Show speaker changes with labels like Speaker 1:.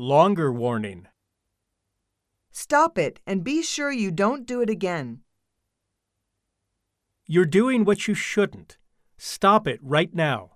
Speaker 1: Longer warning.
Speaker 2: Stop it and be sure you don't do it again.
Speaker 1: You're doing what you shouldn't. Stop it right now.